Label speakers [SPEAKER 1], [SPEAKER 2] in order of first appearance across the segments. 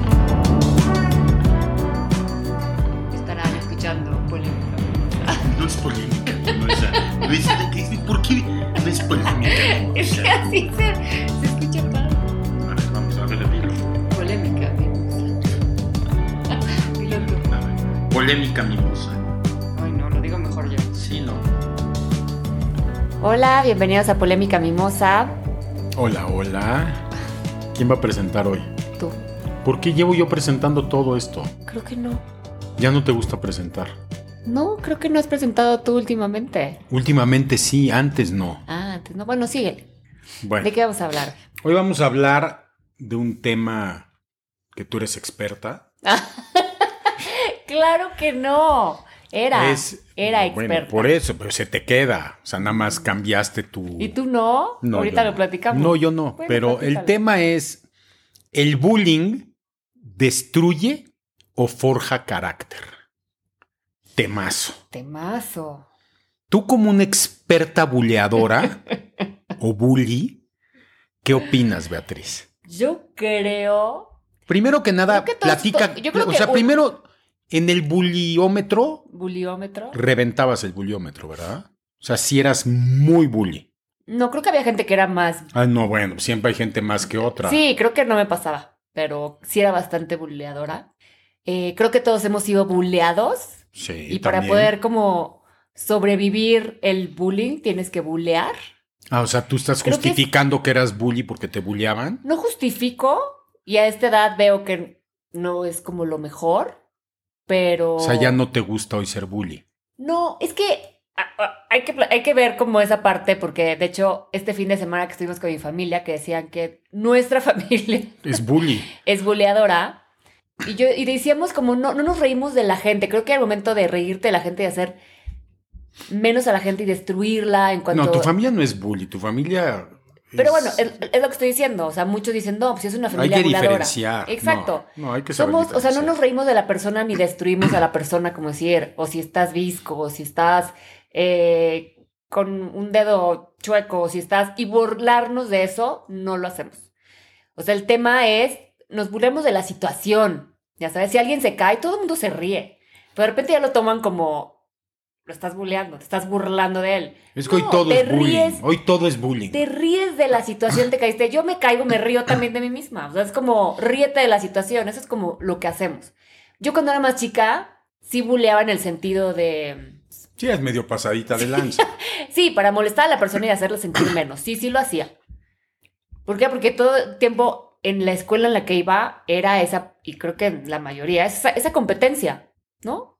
[SPEAKER 1] Es que así se, se escucha padre.
[SPEAKER 2] Vale, vamos a ver el hilo.
[SPEAKER 1] Polémica, mimosa. Dilo tú.
[SPEAKER 2] A ver. Polémica mimosa.
[SPEAKER 1] Ay, no, lo digo mejor yo.
[SPEAKER 2] Sí, no.
[SPEAKER 1] Hola, bienvenidos a Polémica Mimosa.
[SPEAKER 3] Hola, hola. ¿Quién va a presentar hoy?
[SPEAKER 1] Tú.
[SPEAKER 3] ¿Por qué llevo yo presentando todo esto?
[SPEAKER 1] Creo que no.
[SPEAKER 3] Ya no te gusta presentar.
[SPEAKER 1] No, creo que no has presentado tú últimamente.
[SPEAKER 3] Últimamente sí, antes no.
[SPEAKER 1] Ah, antes no. Bueno, síguele.
[SPEAKER 3] Bueno,
[SPEAKER 1] ¿De qué vamos a hablar?
[SPEAKER 3] hoy vamos a hablar de un tema que tú eres experta.
[SPEAKER 1] Claro que no. Era.
[SPEAKER 3] Es-
[SPEAKER 1] era
[SPEAKER 3] Bueno,
[SPEAKER 1] experta.
[SPEAKER 3] por eso, pero se te queda. O sea, nada más cambiaste tu...
[SPEAKER 1] ¿Y tú no?
[SPEAKER 3] No,
[SPEAKER 1] Ahorita
[SPEAKER 3] yo
[SPEAKER 1] lo
[SPEAKER 3] no.
[SPEAKER 1] platicamos.
[SPEAKER 3] No, yo no.
[SPEAKER 1] Bueno,
[SPEAKER 3] pero
[SPEAKER 1] platícalo.
[SPEAKER 3] el tema es, ¿el bullying destruye o forja carácter? Temazo.
[SPEAKER 1] Temazo.
[SPEAKER 3] Tú como una experta buleadora o bully, ¿qué opinas, Beatriz?
[SPEAKER 1] Yo creo.
[SPEAKER 3] Primero que nada,
[SPEAKER 1] Creo que todos-
[SPEAKER 3] platica.
[SPEAKER 1] yo creo
[SPEAKER 3] o
[SPEAKER 1] que
[SPEAKER 3] sea,
[SPEAKER 1] un-
[SPEAKER 3] primero, en el buliómetro,
[SPEAKER 1] ¿Buliómetro?
[SPEAKER 3] reventabas el buliómetro, ¿verdad? O sea, si eras muy bully.
[SPEAKER 1] No, creo que había gente que era más.
[SPEAKER 3] Ah, no, bueno, siempre hay gente más que otra.
[SPEAKER 1] Sí, creo que no me pasaba, pero sí era bastante buleadora. Eh, creo que todos hemos sido buleados
[SPEAKER 3] Sí,
[SPEAKER 1] y, para
[SPEAKER 3] también.
[SPEAKER 1] poder como sobrevivir el bullying tienes que bulear.
[SPEAKER 3] Ah, o sea, tú estás
[SPEAKER 1] Creo que-
[SPEAKER 3] justificando que... eras bully porque te bulleaban.
[SPEAKER 1] No justifico y a esta edad veo que no es como lo mejor, pero...
[SPEAKER 3] O sea, ya no te gusta hoy ser bully.
[SPEAKER 1] No, es que ah, ah, hay que, pla- hay que ver como esa parte, porque de hecho, este fin de semana que estuvimos con mi familia, que decían que nuestra familia
[SPEAKER 3] Es bully.
[SPEAKER 1] es buleadora, y yo y decíamos como no, no nos reímos de la gente. Creo que al momento de reírte de la gente y hacer menos a la gente y destruirla en cuanto
[SPEAKER 3] No, tu familia no es bully, tu familia.
[SPEAKER 1] Pero bueno,
[SPEAKER 3] es-
[SPEAKER 1] es, es lo que estoy diciendo. O sea, muchos dicen, no, pues es una
[SPEAKER 3] hay
[SPEAKER 1] familia
[SPEAKER 3] que
[SPEAKER 1] buleadora.
[SPEAKER 3] diferenciar.
[SPEAKER 1] Exacto.
[SPEAKER 3] No, no, hay que saber
[SPEAKER 1] Somos, o sea, no
[SPEAKER 3] diferenciar.
[SPEAKER 1] nos reímos de la persona ni destruimos a la persona, como decir, o si estás visco, o si estás eh, con un dedo chueco, o si estás. Y burlarnos de eso, no lo hacemos. O sea, el tema es, nos burlemos de la situación. Ya sabes, si alguien se cae, todo el mundo se ríe. Pero de repente ya lo toman como, lo estás bulleando, te estás burlando de él.
[SPEAKER 3] Es que hoy
[SPEAKER 1] No,
[SPEAKER 3] todo
[SPEAKER 1] te
[SPEAKER 3] es bullying.
[SPEAKER 1] ríes-
[SPEAKER 3] Hoy todo es bullying.
[SPEAKER 1] Te ríes de la situación, te caíste. Yo me caigo, me río también de mí misma. O sea, es como ríete de la situación. Eso es como lo que hacemos. Yo cuando era más chica, sí buleaba en el sentido de.
[SPEAKER 3] Sí, es medio pasadita de lanza.
[SPEAKER 1] Sí, para molestar a la persona y hacerla sentir menos. Sí, sí lo hacía. ¿Por qué? Porque todo el tiempo en la escuela en la que iba era esa, y creo que en la mayoría, esa, esa competencia, ¿no?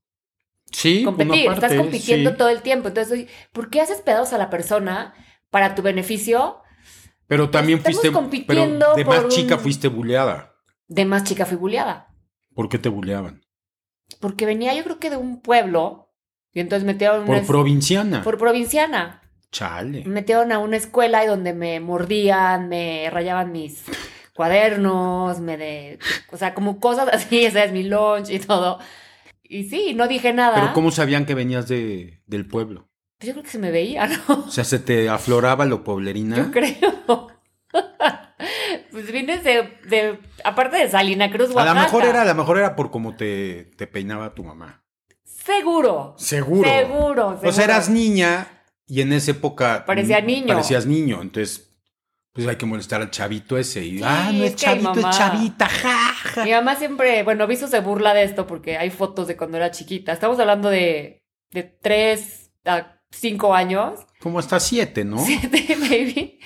[SPEAKER 3] Sí,
[SPEAKER 1] Competir,
[SPEAKER 3] una parte,
[SPEAKER 1] estás compitiendo
[SPEAKER 3] sí.
[SPEAKER 1] todo el tiempo. Entonces, oye, ¿por qué haces pedazos a la persona para tu beneficio?
[SPEAKER 3] Pero también
[SPEAKER 1] Estamos
[SPEAKER 3] fuiste.
[SPEAKER 1] compitiendo
[SPEAKER 3] Pero de más
[SPEAKER 1] por
[SPEAKER 3] chica
[SPEAKER 1] un-
[SPEAKER 3] fuiste bulleada.
[SPEAKER 1] De más chica fui buleada.
[SPEAKER 3] ¿Por qué te bulleaban?
[SPEAKER 1] porque venía yo creo que de un pueblo y entonces metieron
[SPEAKER 3] Por
[SPEAKER 1] una es-
[SPEAKER 3] provinciana.
[SPEAKER 1] por provinciana.
[SPEAKER 3] Chale.
[SPEAKER 1] Metieron a una escuela y donde me mordían, me rayaban mis cuadernos, me de, o sea, como cosas así, ese es mi lunch y todo. Y sí, no dije nada.
[SPEAKER 3] Pero ¿cómo sabían que venías de, del pueblo?
[SPEAKER 1] Pues yo creo que se me veía, ¿no?
[SPEAKER 3] O sea, se te afloraba lo pueblerina.
[SPEAKER 1] Yo creo. pues vine de, de- aparte de Salina Cruz,
[SPEAKER 3] a
[SPEAKER 1] Oaxaca.
[SPEAKER 3] lo mejor era, a lo mejor era por cómo te, te peinaba tu mamá.
[SPEAKER 1] Seguro.
[SPEAKER 3] Seguro.
[SPEAKER 1] Seguro.
[SPEAKER 3] O sea,
[SPEAKER 1] seguro.
[SPEAKER 3] eras niña y en esa época.
[SPEAKER 1] Parecía
[SPEAKER 3] mm,
[SPEAKER 1] niño.
[SPEAKER 3] Parecías niño. Entonces, pues hay que molestar al chavito ese. Y,
[SPEAKER 1] Sí,
[SPEAKER 3] ah, no
[SPEAKER 1] es
[SPEAKER 3] es,
[SPEAKER 1] que hay
[SPEAKER 3] chavito, es
[SPEAKER 1] mamá.
[SPEAKER 3] chavita. Ja, ja.
[SPEAKER 1] Mi mamá siempre, bueno, Viso se burla de esto porque hay fotos de cuando era chiquita. Estamos hablando de, de 3 a 5 años,
[SPEAKER 3] Como hasta siete, ¿no?
[SPEAKER 1] siete, baby.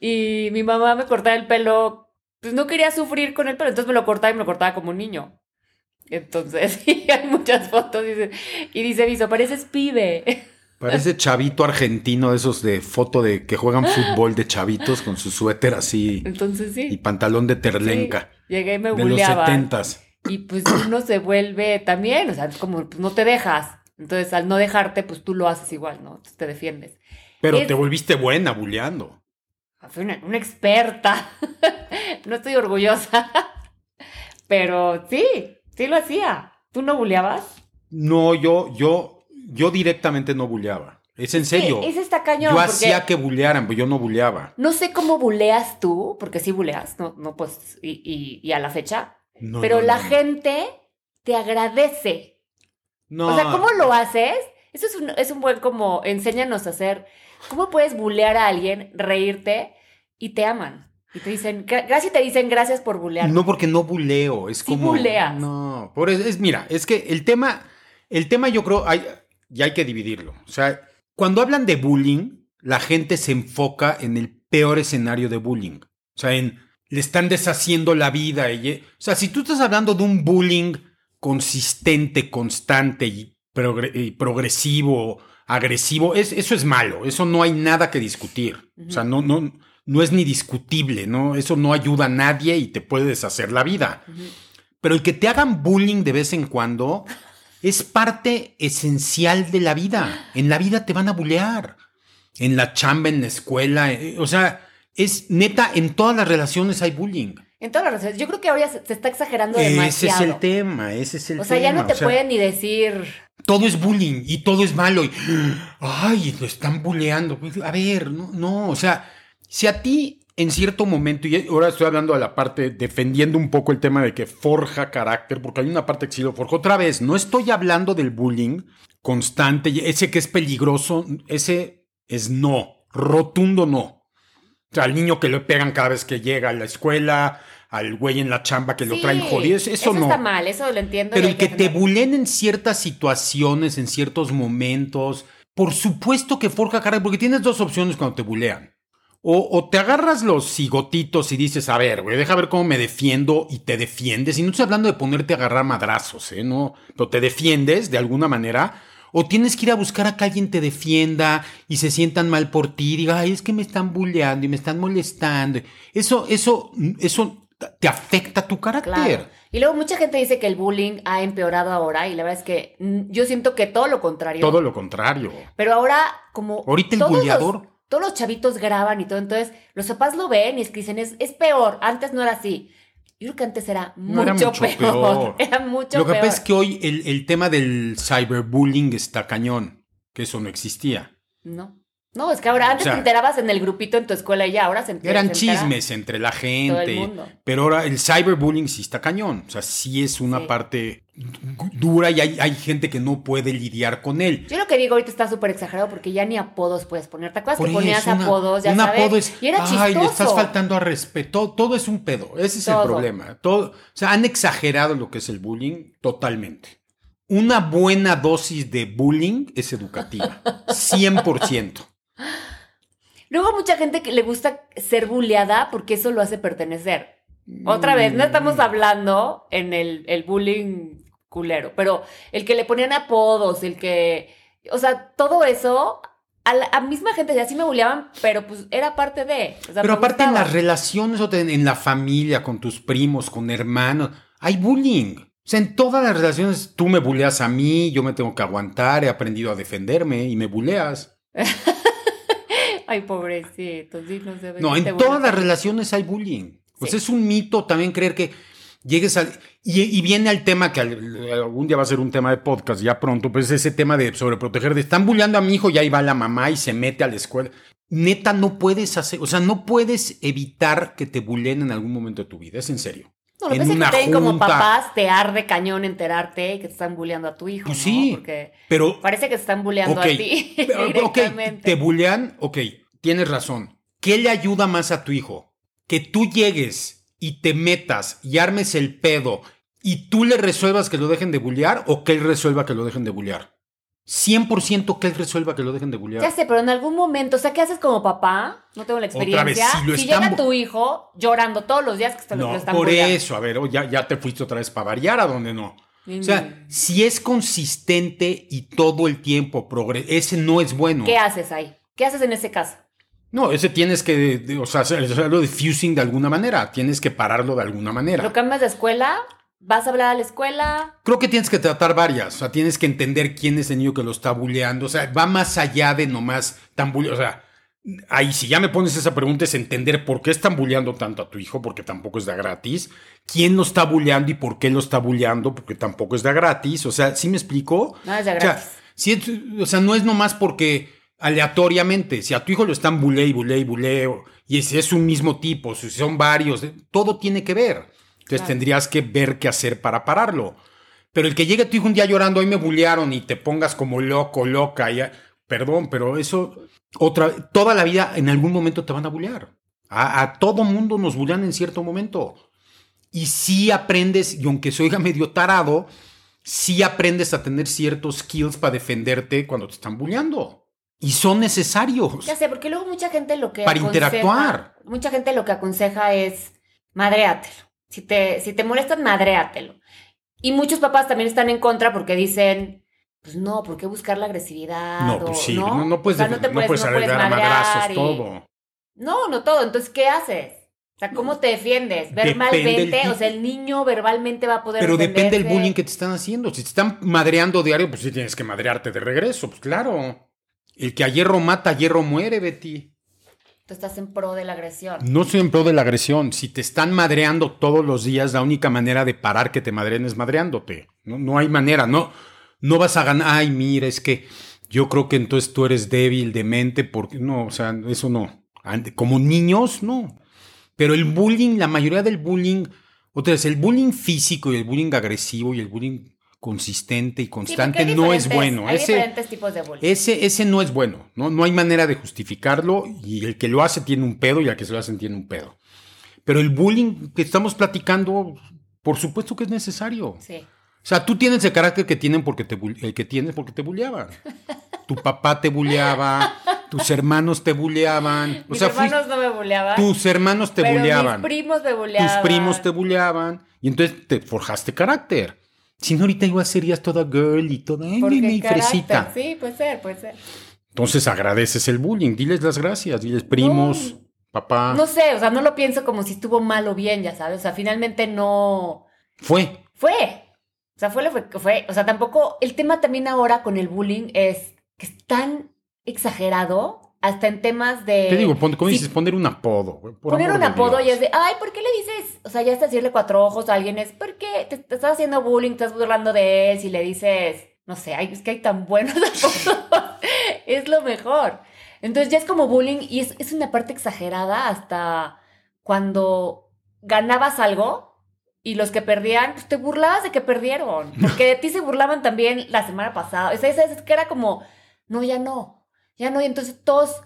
[SPEAKER 1] Y mi mamá me cortaba el pelo, pues no quería sufrir con el pelo, entonces me lo cortaba y me lo cortaba como un niño. Entonces, y hay muchas fotos y dice, y dice Viso, pareces pibe.
[SPEAKER 3] Parece chavito argentino, de esos de foto de que juegan fútbol de chavitos con su suéter así
[SPEAKER 1] Entonces
[SPEAKER 3] y
[SPEAKER 1] sí,
[SPEAKER 3] pantalón de terlenca.
[SPEAKER 1] llegué y me
[SPEAKER 3] De los
[SPEAKER 1] burleaba.
[SPEAKER 3] setentas.
[SPEAKER 1] Y pues uno se vuelve también, o sea, es como pues, no te dejas. Entonces, al no dejarte, pues tú lo haces igual, ¿no? Entonces, te defiendes.
[SPEAKER 3] Pero
[SPEAKER 1] Es-
[SPEAKER 3] te volviste buena bulleando.
[SPEAKER 1] Ah, Soy una, una experta. no estoy orgullosa. Pero sí, sí lo hacía. ¿Tú no buleabas?
[SPEAKER 3] No, yo, yo, yo directamente no bulleaba. Es en serio.
[SPEAKER 1] Sí, ese está cañón.
[SPEAKER 3] yo
[SPEAKER 1] porque
[SPEAKER 3] hacía que bullearan, pero yo no bulleaba.
[SPEAKER 1] No sé cómo buleas tú, porque sí buleas, no, no pues, y, y- y a la fecha.
[SPEAKER 3] No,
[SPEAKER 1] pero
[SPEAKER 3] no,
[SPEAKER 1] la
[SPEAKER 3] no, no.
[SPEAKER 1] gente te agradece.
[SPEAKER 3] No.
[SPEAKER 1] O sea, ¿cómo lo haces? Eso es un, es un buen como, enséñanos a hacer. ¿Cómo puedes bulear a alguien, reírte y te aman? Y te dicen, gra- gracias y te dicen gracias por bulear.
[SPEAKER 3] No, porque no buleo, es
[SPEAKER 1] Sí
[SPEAKER 3] como.
[SPEAKER 1] buleas.
[SPEAKER 3] No, por es, es- mira, es que el tema, el tema yo creo, hay, y hay que dividirlo. O sea, cuando hablan de bullying, la gente se enfoca en el peor escenario de bullying. O sea, en le están deshaciendo la vida. y- eh, o sea, si tú estás hablando de un bullying consistente, constante y, progre- y progresivo, agresivo, es, eso es malo. Eso no hay nada que discutir. O sea, no, no, no es ni discutible, ¿no? Eso no ayuda a nadie y te puede deshacer la vida.
[SPEAKER 1] Ujú.
[SPEAKER 3] Pero el que te hagan bullying de vez en cuando es parte esencial de la vida. En la vida te van a bullear. En la chamba, en la escuela. eh, O sea, es neta, en todas las relaciones hay bullying.
[SPEAKER 1] En todas las razones. Yo creo que ahora se, se está exagerando
[SPEAKER 3] Ese es
[SPEAKER 1] demasiado.
[SPEAKER 3] el tema, ese es el
[SPEAKER 1] o sea, ya
[SPEAKER 3] tema,
[SPEAKER 1] no te
[SPEAKER 3] o sea,
[SPEAKER 1] pueden ni decir.
[SPEAKER 3] Todo es bullying y todo es malo. Y, ay, lo están bulleando. Pues, a ver, no, no, o sea, si a ti en cierto momento, y ahora estoy hablando a la parte, defendiendo un poco el tema de que forja carácter, porque hay una parte que sí lo forja. Otra vez, no estoy hablando del bullying constante, y ese que es peligroso, ese es no, rotundo no. O sea, al niño que lo pegan cada vez que llega a la escuela, al güey en la chamba que lo
[SPEAKER 1] "Sí,
[SPEAKER 3] traen jodido, eso, eso no.
[SPEAKER 1] está mal, eso lo entiendo.
[SPEAKER 3] Pero
[SPEAKER 1] y hay
[SPEAKER 3] el que te
[SPEAKER 1] defenderlo".
[SPEAKER 3] bulen en ciertas situaciones, en ciertos momentos, por supuesto que forja carácter, porque tienes dos opciones cuando te bulean. O, o te agarras los cigotitos y dices, a ver, güey, deja ver cómo me defiendo y te defiendes. Y no estoy hablando de ponerte a agarrar madrazos, ¿eh? No, pero te defiendes de alguna manera. O tienes que ir a buscar a que alguien te defienda y se sientan mal por ti. y Diga, ay, es que me están buleando y me están molestando. Eso, eso, eso te afecta tu carácter.
[SPEAKER 1] Claro. Y luego mucha gente dice que el bullying ha empeorado ahora y la verdad es que mm, yo siento que todo lo contrario.
[SPEAKER 3] Todo lo contrario.
[SPEAKER 1] Pero ahora, como.
[SPEAKER 3] Ahorita el
[SPEAKER 1] todos los-
[SPEAKER 3] buleador.
[SPEAKER 1] todos los chavitos graban y todo, entonces los papás lo ven y es que dicen, es, es peor, antes no era así. Yo creo que antes era mucho,
[SPEAKER 3] No era mucho
[SPEAKER 1] peor.
[SPEAKER 3] peor.
[SPEAKER 1] Era mucho
[SPEAKER 3] Lo que
[SPEAKER 1] peor.
[SPEAKER 3] pasa es que hoy el, el tema del cyberbullying está cañón, que eso no existía.
[SPEAKER 1] No. No, es que ahora antes
[SPEAKER 3] O sea,
[SPEAKER 1] te enterabas en el grupito en tu escuela y ya, ahora se enter-
[SPEAKER 3] Eran
[SPEAKER 1] se entera
[SPEAKER 3] chismes entre la
[SPEAKER 1] Todo el
[SPEAKER 3] gente,
[SPEAKER 1] mundo.
[SPEAKER 3] pero ahora el cyberbullying sí está cañón. O sea, sí es una
[SPEAKER 1] Sí.
[SPEAKER 3] parte du- dura y hay, hay gente que no puede lidiar con él.
[SPEAKER 1] Yo lo que digo ahorita está súper exagerado porque ya ni apodos puedes poner. ¿Te acuerdas
[SPEAKER 3] Por
[SPEAKER 1] que
[SPEAKER 3] eso,
[SPEAKER 1] ponías
[SPEAKER 3] una-
[SPEAKER 1] apodos? Ya
[SPEAKER 3] un
[SPEAKER 1] sabes.
[SPEAKER 3] apodo es,
[SPEAKER 1] y era chistoso.
[SPEAKER 3] ay, le estás faltando a respeto. Todo es un pedo. Ese es
[SPEAKER 1] Todo.
[SPEAKER 3] el problema. Todo, o sea, han exagerado lo que es el bullying totalmente. Una buena dosis de bullying es educativa. 100%.
[SPEAKER 1] Luego mucha gente que le gusta ser buleada porque eso lo hace pertenecer. Otra vez, no
[SPEAKER 3] Mm.
[SPEAKER 1] estamos hablando en el, el bullying culero, pero el que le ponían apodos, el que, o sea, todo eso, a la a misma gente de así me buleaban, pero pues era parte de... o sea,
[SPEAKER 3] Pero
[SPEAKER 1] me
[SPEAKER 3] aparte en
[SPEAKER 1] gustaba.
[SPEAKER 3] las relaciones, o te- en la familia, con tus primos, con hermanos, hay bullying. O sea, en todas las relaciones tú me buleas a mí, yo me tengo que aguantar, he aprendido a defenderme y me buleas.
[SPEAKER 1] Ay, pobrecito, sí, no se ve.
[SPEAKER 3] No,
[SPEAKER 1] que
[SPEAKER 3] en
[SPEAKER 1] te
[SPEAKER 3] todas
[SPEAKER 1] burlas.
[SPEAKER 3] las relaciones hay bullying. Pues
[SPEAKER 1] Sí.
[SPEAKER 3] es un mito también creer que llegues al... Y, y viene al tema que al- algún día va a ser un tema de podcast, ya pronto, pues ese tema de sobreproteger, de están bulleando a mi hijo y ahí va la mamá y se mete a la escuela. Neta, no puedes hacer, o sea, no puedes evitar que te bulleen en algún momento de tu vida, es en serio.
[SPEAKER 1] No, lo que
[SPEAKER 3] en
[SPEAKER 1] pasa es que
[SPEAKER 3] una
[SPEAKER 1] también como
[SPEAKER 3] junta.
[SPEAKER 1] papás te arde cañón enterarte que te están bulleando a tu hijo,
[SPEAKER 3] Pues
[SPEAKER 1] ¿no?
[SPEAKER 3] sí.
[SPEAKER 1] Porque
[SPEAKER 3] Pero,
[SPEAKER 1] parece que te están bulleando
[SPEAKER 3] ok,
[SPEAKER 1] a ti
[SPEAKER 3] pero, ok,
[SPEAKER 1] directamente.
[SPEAKER 3] te bullean, ok, tienes razón. ¿Qué le ayuda más a tu hijo? Que tú llegues y te metas y armes el pedo y tú le resuelvas que lo dejen de bullear o que él resuelva que lo dejen de bullear. 100% que él resuelva que lo dejen de bullear.
[SPEAKER 1] Ya sé, pero en algún momento, o sea, ¿qué haces como papá? No tengo la
[SPEAKER 3] Otra vez,
[SPEAKER 1] experiencia.
[SPEAKER 3] si lo
[SPEAKER 1] si
[SPEAKER 3] están
[SPEAKER 1] llega
[SPEAKER 3] bu-
[SPEAKER 1] tu hijo llorando todos los días que está- lo
[SPEAKER 3] No,
[SPEAKER 1] están
[SPEAKER 3] por
[SPEAKER 1] bulleando.
[SPEAKER 3] eso, a ver, oh, ya, ya te fuiste otra vez para variar a donde no.
[SPEAKER 1] Mm.
[SPEAKER 3] O sea, si es consistente y todo el tiempo progre- ese no es bueno.
[SPEAKER 1] ¿Qué haces ahí? ¿Qué haces en ese caso?
[SPEAKER 3] No, ese tienes que, de- de- o sea, hacer- hacerlo diffusing de alguna manera, tienes que pararlo de alguna manera.
[SPEAKER 1] ¿Lo cambias de escuela? ¿Vas a hablar a la escuela?
[SPEAKER 3] Creo que tienes que tratar varias, o sea, tienes que entender quién es el niño que lo está bulleando, o sea, va más allá de nomás tan bulle- o sea, ahí si ya me pones esa pregunta es entender por qué están bulleando tanto a tu hijo, porque tampoco es de gratis, quién lo está bulleando y por qué lo está bulleando, porque tampoco es de gratis, o sea, ¿sí me explico?
[SPEAKER 1] No, es de
[SPEAKER 3] O sea,
[SPEAKER 1] gratis.
[SPEAKER 3] si es- o sea, no es nomás porque aleatoriamente, si a tu hijo lo están bulé y bulé y bulé, o- y si es un mismo tipo, si son varios, eh, todo tiene que ver. Entonces
[SPEAKER 1] Claro.
[SPEAKER 3] tendrías que ver qué hacer para pararlo. Pero el que llegue tu hijo un día llorando, hoy me bullearon y te pongas como loco, loca, y, Perdón, pero eso, otra, toda la vida en algún momento te van a bullear. A, a todo mundo nos bullean en cierto momento. Y sí aprendes, y aunque se oiga medio tarado, sí aprendes a tener ciertos skills para defenderte cuando te están bulleando. Y son necesarios.
[SPEAKER 1] Ya sé, porque luego mucha gente lo que.
[SPEAKER 3] Para interactuar.
[SPEAKER 1] Mucha gente lo que aconseja es madréatelo. Si te, si te molestan, madréatelo. Y muchos papás también están en contra porque dicen, pues no, ¿por qué buscar la agresividad?
[SPEAKER 3] No,
[SPEAKER 1] O-
[SPEAKER 3] pues sí, no, no puedes,
[SPEAKER 1] O sea, no
[SPEAKER 3] defen-
[SPEAKER 1] te
[SPEAKER 3] no
[SPEAKER 1] puedes,
[SPEAKER 3] puedes
[SPEAKER 1] no puedes
[SPEAKER 3] arreglar a madrazos
[SPEAKER 1] madrear y-
[SPEAKER 3] todo.
[SPEAKER 1] No, no todo. Entonces, ¿qué haces? O sea, ¿cómo te defiendes?
[SPEAKER 3] Depende el
[SPEAKER 1] Verbalmente,
[SPEAKER 3] tipo.
[SPEAKER 1] o sea, el niño verbalmente va a poder
[SPEAKER 3] Pero depende del
[SPEAKER 1] defenderse.
[SPEAKER 3] bullying que te están haciendo. Si te están madreando diario, pues sí tienes que madrearte de regreso, pues claro. El que a hierro mata, a hierro muere, Betty.
[SPEAKER 1] Tú estás en pro de la agresión.
[SPEAKER 3] No soy en pro de la agresión. Si te están madreando todos los días, la única manera de parar que te madreen es madreándote. No, no hay manera, no. No vas a ganar. Ay, mira, es que yo creo que entonces tú eres débil de mente, porque no, o sea, eso no. Ande- Como niños, no. Pero el bullying, la mayoría del bullying, otra vez, el bullying físico y el bullying agresivo y el bullying consistente y
[SPEAKER 1] Sí, porque
[SPEAKER 3] constante
[SPEAKER 1] hay
[SPEAKER 3] no es
[SPEAKER 1] diferentes-
[SPEAKER 3] bueno.
[SPEAKER 1] Hay
[SPEAKER 3] Ese,
[SPEAKER 1] diferentes tipos de bullying.
[SPEAKER 3] ese, ese no es bueno, ¿no? No hay manera de justificarlo y el que lo hace tiene un pedo y al que se lo hacen tiene un pedo. Pero el bullying que estamos platicando, por supuesto que es necesario.
[SPEAKER 1] Sí.
[SPEAKER 3] O sea, tú tienes el carácter que tienen porque te bull- el que tienes porque te bulleaban. Tu papá te bulleaba, tus hermanos te bulleaban. O
[SPEAKER 1] Mis
[SPEAKER 3] sea, fuiste-
[SPEAKER 1] hermanos no me buleaban.
[SPEAKER 3] tus hermanos te
[SPEAKER 1] pero
[SPEAKER 3] bulleaban.
[SPEAKER 1] Mis primos me
[SPEAKER 3] Tus
[SPEAKER 1] buleaban.
[SPEAKER 3] primos te bulleaban. Y entonces te forjaste carácter. Si no, ahorita igual serías toda girl y toda ay,
[SPEAKER 1] Porque
[SPEAKER 3] nene y
[SPEAKER 1] carácter,
[SPEAKER 3] fresita.
[SPEAKER 1] Sí, puede ser, puede ser.
[SPEAKER 3] Entonces agradeces el bullying, diles las gracias, diles primos, ah.
[SPEAKER 1] No.
[SPEAKER 3] papá.
[SPEAKER 1] No sé, o sea, no lo pienso como si estuvo mal o bien, ya sabes. O sea, finalmente no.
[SPEAKER 3] Fue.
[SPEAKER 1] Fue. O sea, fue lo que fue. O sea, tampoco. El tema también ahora con el bullying es que es tan exagerado, hasta en temas de.
[SPEAKER 3] Te digo, pon- ¿cómo
[SPEAKER 1] Eh, sí,
[SPEAKER 3] dices? Poner un apodo. güey, por
[SPEAKER 1] poner
[SPEAKER 3] amor
[SPEAKER 1] un
[SPEAKER 3] de
[SPEAKER 1] apodo
[SPEAKER 3] Dios.
[SPEAKER 1] y es de, ay, ¿por qué le dices? O sea, ya está decirle cuatro ojos a alguien es, ¿por qué te, te estás haciendo bullying? Te estás burlando de él. Si le dices, no sé, ay, es que hay tan buenos apodos. es lo mejor. Entonces ya es como bullying y es, es una parte exagerada hasta cuando ganabas algo y los que perdían, pues te burlabas de que perdieron. Porque de ti se burlaban también la semana pasada. O sea, es, es que era como, no, ya no, ya no. Y entonces todos,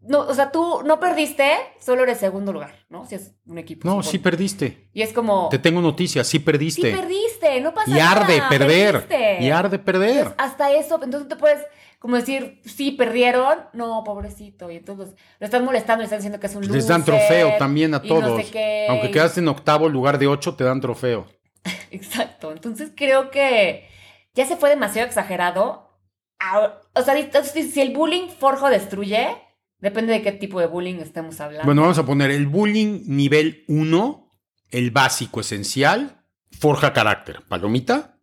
[SPEAKER 1] no, o sea, tú no perdiste, solo eres segundo lugar, ¿no? Si es un equipo.
[SPEAKER 3] No,
[SPEAKER 1] supongo.
[SPEAKER 3] sí perdiste.
[SPEAKER 1] Y es como,
[SPEAKER 3] Te tengo noticias,
[SPEAKER 1] sí
[SPEAKER 3] sí perdiste.
[SPEAKER 1] perdiste, no pasa
[SPEAKER 3] y arde
[SPEAKER 1] nada.
[SPEAKER 3] perder.
[SPEAKER 1] perdiste.
[SPEAKER 3] Y arde perder.
[SPEAKER 1] Entonces, hasta eso, entonces tú puedes como decir, sí, perdieron, no, pobrecito, y entonces lo están molestando, le están diciendo que es un
[SPEAKER 3] Les dan
[SPEAKER 1] loser,
[SPEAKER 3] trofeo también a
[SPEAKER 1] y no sé
[SPEAKER 3] todos.
[SPEAKER 1] qué,
[SPEAKER 3] Aunque
[SPEAKER 1] y-
[SPEAKER 3] quedaste en octavo lugar de ocho, te dan trofeo.
[SPEAKER 1] Exacto, entonces creo que ya se fue demasiado exagerado. Ah, O sea, si si el bullying forjo destruye, depende de qué tipo de bullying estemos hablando.
[SPEAKER 3] Bueno, vamos a poner el bullying nivel 1, el básico esencial, forja carácter. Palomita,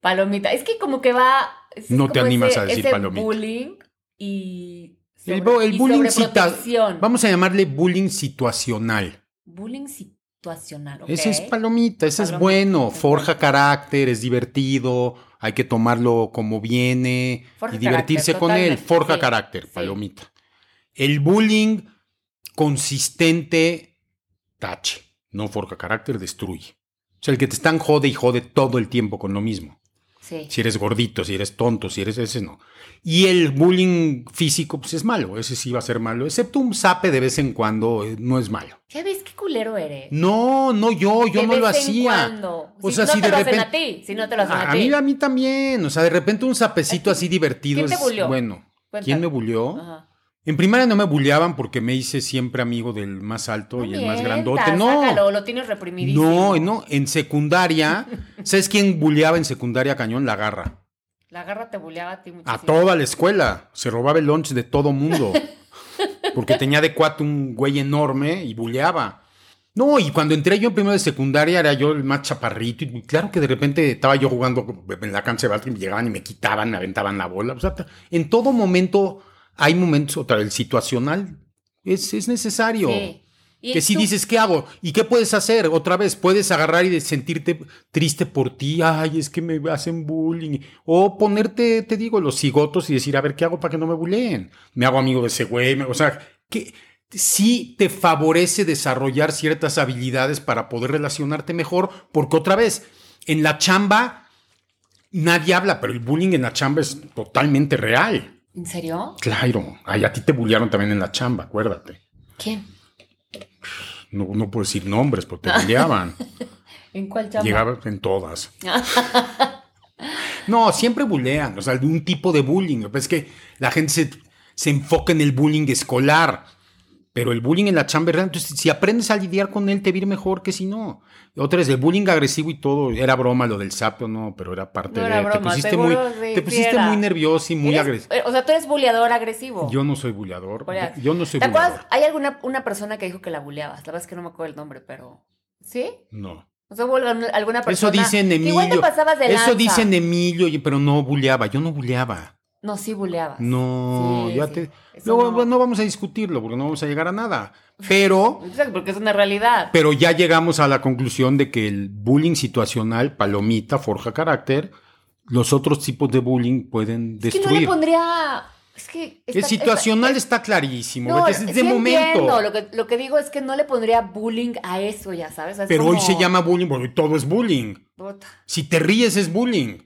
[SPEAKER 1] Palomita, es que como que va... es
[SPEAKER 3] No te
[SPEAKER 1] como
[SPEAKER 3] animas a decir
[SPEAKER 1] ese
[SPEAKER 3] palomita.
[SPEAKER 1] bullying y...
[SPEAKER 3] El bu- el
[SPEAKER 1] y
[SPEAKER 3] bullying cita-
[SPEAKER 1] sobreprotección.
[SPEAKER 3] vamos a llamarle bullying situacional.
[SPEAKER 1] Bullying situacional, ¿ok?
[SPEAKER 3] Ese es palomita, ese es
[SPEAKER 1] Palomita,
[SPEAKER 3] bueno,
[SPEAKER 1] ok.
[SPEAKER 3] forja carácter, es divertido, hay que tomarlo como viene
[SPEAKER 1] Forja
[SPEAKER 3] y divertirse
[SPEAKER 1] carácter,
[SPEAKER 3] con él,
[SPEAKER 1] totalmente,
[SPEAKER 3] forja
[SPEAKER 1] sí,
[SPEAKER 3] carácter,
[SPEAKER 1] sí.
[SPEAKER 3] palomita. El bullying consistente, tache, no forja carácter, destruye. O sea, el que te están jode y jode todo el tiempo con lo mismo.
[SPEAKER 1] Sí.
[SPEAKER 3] Si eres gordito, si eres tonto, si eres ese, no. Y el bullying físico, pues es malo, ese sí va a ser malo, excepto un sape de vez en cuando, eh, no es malo.
[SPEAKER 1] ¿Ya ves qué culero eres?
[SPEAKER 3] No, no yo, yo
[SPEAKER 1] De
[SPEAKER 3] no lo
[SPEAKER 1] vez en
[SPEAKER 3] hacía.
[SPEAKER 1] cuando.
[SPEAKER 3] O
[SPEAKER 1] si
[SPEAKER 3] sea,
[SPEAKER 1] no
[SPEAKER 3] si
[SPEAKER 1] te
[SPEAKER 3] de
[SPEAKER 1] lo hacen a
[SPEAKER 3] repente-
[SPEAKER 1] ti, si no te lo hacen a,
[SPEAKER 3] A
[SPEAKER 1] ti.
[SPEAKER 3] mí, a mí también. O sea, de repente un sapecito así divertido
[SPEAKER 1] ¿Quién te
[SPEAKER 3] es
[SPEAKER 1] bulió?
[SPEAKER 3] bueno.
[SPEAKER 1] Cuéntame. Ah.
[SPEAKER 3] ¿Quién me bulió?
[SPEAKER 1] Ajá.
[SPEAKER 3] En primaria no me buleaban porque me hice siempre amigo del más alto y el más
[SPEAKER 1] Mientas,
[SPEAKER 3] grandote. No.
[SPEAKER 1] sácalo, lo tienes reprimidísimo.
[SPEAKER 3] No, no, en secundaria, ¿sabes quién buleaba en secundaria cañón? La garra.
[SPEAKER 1] La garra te buleaba a ti muchísimo.
[SPEAKER 3] A toda la escuela. Se robaba el lunch de todo mundo. Porque tenía de cuate un güey enorme y buleaba. No, y cuando entré yo en primero de secundaria era yo el más chaparrito. Y claro que de repente estaba yo jugando en la cancha de básquet, y llegaban y me quitaban, me aventaban la bola. O sea, en todo momento hay momentos, otra, el situacional es, es necesario.
[SPEAKER 1] Sí. Y
[SPEAKER 3] Que si
[SPEAKER 1] tú-
[SPEAKER 3] dices, ¿qué hago? ¿Y qué puedes hacer? Otra vez, puedes agarrar y de- sentirte triste por ti. Ay, es que me hacen bullying. O ponerte, te digo, los cigotos y decir, a ver, ¿qué hago para que no me bulleen? Me hago amigo de ese güey. me- O sea, que sí te favorece desarrollar ciertas habilidades para poder relacionarte mejor. Porque otra vez, en la chamba, nadie habla, pero el bullying en la chamba es totalmente real.
[SPEAKER 1] ¿En serio?
[SPEAKER 3] Claro. Ay, a ti te bullearon también en la chamba, acuérdate.
[SPEAKER 1] ¿Quién?
[SPEAKER 3] No, no puedo decir nombres, pero te bulleaban.
[SPEAKER 1] ¿En cuál chamba?
[SPEAKER 3] Llegaba en todas. No, siempre bulean, o sea, de un tipo de bullying. Es que la gente se, se enfoca en el bullying escolar, pero el bullying en la chamba, ¿verdad? Entonces, si aprendes a lidiar con él, te va a ir mejor que si no. Otra es el bullying agresivo y todo. Era broma lo del sapo, no, pero era parte
[SPEAKER 1] No
[SPEAKER 3] de.
[SPEAKER 1] era
[SPEAKER 3] te
[SPEAKER 1] broma,
[SPEAKER 3] pusiste, muy,
[SPEAKER 1] seguro sí,
[SPEAKER 3] te pusiste
[SPEAKER 1] sí era.
[SPEAKER 3] muy nervioso y muy
[SPEAKER 1] Eres-
[SPEAKER 3] agresivo.
[SPEAKER 1] eh, O sea, tú eres buleador agresivo.
[SPEAKER 3] Yo no soy buleador.
[SPEAKER 1] Buleas.
[SPEAKER 3] Yo, yo no soy
[SPEAKER 1] ¿Te acuerdas?
[SPEAKER 3] buleador.
[SPEAKER 1] Hay alguna una persona que dijo que la buleabas. La verdad es que no me acuerdo el nombre, pero. ¿Sí?
[SPEAKER 3] No.
[SPEAKER 1] O sea, hubo algún- alguna
[SPEAKER 3] Eso
[SPEAKER 1] persona.
[SPEAKER 3] dicen
[SPEAKER 1] que Igual te
[SPEAKER 3] Emilio.
[SPEAKER 1] pasabas de lanza.
[SPEAKER 3] Eso dicen Em- Emilio, y- pero no buleaba. Yo no buleaba.
[SPEAKER 1] No, Ah, sí buleabas.
[SPEAKER 3] No,
[SPEAKER 1] Sí,
[SPEAKER 3] ya
[SPEAKER 1] sí.
[SPEAKER 3] te.
[SPEAKER 1] Eso
[SPEAKER 3] Luego,
[SPEAKER 1] no.
[SPEAKER 3] no. vamos a discutirlo porque no vamos a llegar a nada. Pero,
[SPEAKER 1] Exacto, porque es una realidad.
[SPEAKER 3] pero ya llegamos a la conclusión de que el bullying situacional, palomita, forja carácter. Los otros tipos de bullying pueden
[SPEAKER 1] Es que no le
[SPEAKER 3] destruir.
[SPEAKER 1] pondría. Es que. está-
[SPEAKER 3] el situacional
[SPEAKER 1] está-
[SPEAKER 3] está clarísimo.
[SPEAKER 1] No,
[SPEAKER 3] es de
[SPEAKER 1] sí
[SPEAKER 3] momento.
[SPEAKER 1] entiendo. Lo que, lo que digo es que no le pondría bullying a eso, ya sabes. Es
[SPEAKER 3] Pero hoy
[SPEAKER 1] como-
[SPEAKER 3] se llama bullying porque todo es bullying.
[SPEAKER 1] Puta,
[SPEAKER 3] Si te ríes es bullying.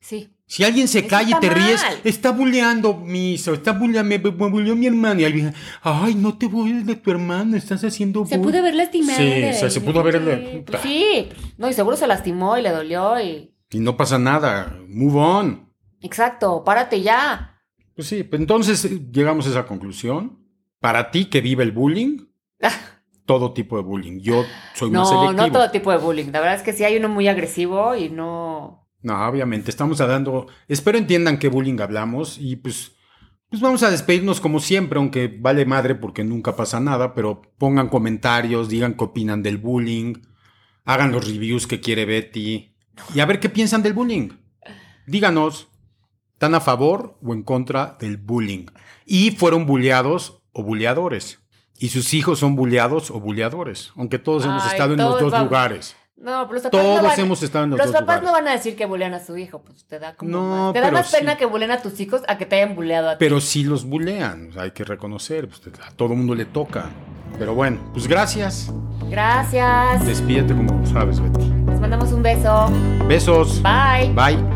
[SPEAKER 1] Sí.
[SPEAKER 3] Si alguien se
[SPEAKER 1] Eso
[SPEAKER 3] cae y
[SPEAKER 1] está
[SPEAKER 3] te ríes,
[SPEAKER 1] mal.
[SPEAKER 3] está bulleando mi hijo, está bulleando, me, me bulleó mi hermana. Y alguien, ay, no te bulles de tu hermano, estás haciendo
[SPEAKER 1] Se
[SPEAKER 3] bull-".
[SPEAKER 1] pudo haber lastimado.
[SPEAKER 3] Sí, o sea, se pudo haber-
[SPEAKER 1] Sí, pues sí. No, y seguro se lastimó y le dolió y.
[SPEAKER 3] Y no pasa nada, move on.
[SPEAKER 1] Exacto, párate ya.
[SPEAKER 3] Pues sí, pues entonces eh, llegamos a esa conclusión. Para ti que vive el bullying, todo tipo de bullying. Yo soy más
[SPEAKER 1] Ah. No,
[SPEAKER 3] selectivo.
[SPEAKER 1] no todo tipo de bullying. La verdad es que sí hay uno muy agresivo y no.
[SPEAKER 3] No, obviamente, estamos dando. Espero entiendan qué bullying hablamos y pues. Pues vamos a despedirnos como siempre, aunque vale madre porque nunca pasa nada, pero pongan comentarios, digan qué opinan del bullying, hagan los reviews que quiere Betty y a ver qué piensan del bullying. Díganos, ¿están a favor o en contra del bullying? Y fueron bulleados o bulleadores. Y sus hijos son bulleados o bulleadores, aunque todos hemos
[SPEAKER 1] Ay,
[SPEAKER 3] estado en
[SPEAKER 1] todos
[SPEAKER 3] los dos
[SPEAKER 1] vamos-
[SPEAKER 3] lugares.
[SPEAKER 1] No, pero los papás no
[SPEAKER 3] Todos
[SPEAKER 1] van-
[SPEAKER 3] hemos estado en los,
[SPEAKER 1] Los,
[SPEAKER 3] dos
[SPEAKER 1] papás
[SPEAKER 3] lugares.
[SPEAKER 1] no van a decir que bulean a su hijo, pues te da como
[SPEAKER 3] No,
[SPEAKER 1] más. Te da
[SPEAKER 3] pero
[SPEAKER 1] más pena
[SPEAKER 3] sí.
[SPEAKER 1] que buleen a tus hijos a que te hayan buleado a ti.
[SPEAKER 3] Pero sí los bulean, o sea, hay que reconocer, pues, a todo mundo le toca. Pero bueno, pues gracias.
[SPEAKER 1] Gracias.
[SPEAKER 3] Despídete como sabes, Betty.
[SPEAKER 1] Les mandamos un beso.
[SPEAKER 3] Besos.
[SPEAKER 1] Bye.
[SPEAKER 3] Bye.